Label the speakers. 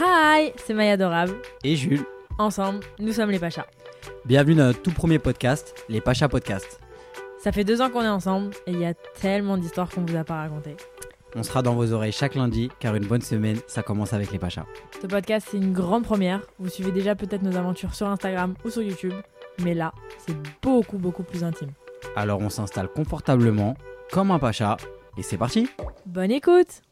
Speaker 1: Hi, c'est Maya Adorable.
Speaker 2: et Jules.
Speaker 1: Ensemble, nous sommes les Pachas.
Speaker 2: Bienvenue dans notre tout premier podcast, les Pacha Podcast.
Speaker 1: Ça fait deux ans qu'on est ensemble et il y a tellement d'histoires qu'on vous a pas racontées.
Speaker 2: On sera dans vos oreilles chaque lundi car une bonne semaine, ça commence avec les Pachas.
Speaker 1: Ce podcast, c'est une grande première. Vous suivez déjà peut-être nos aventures sur Instagram ou sur YouTube, mais là, c'est beaucoup, beaucoup plus intime.
Speaker 2: Alors on s'installe confortablement, comme un Pacha, et c'est parti
Speaker 1: Bonne écoute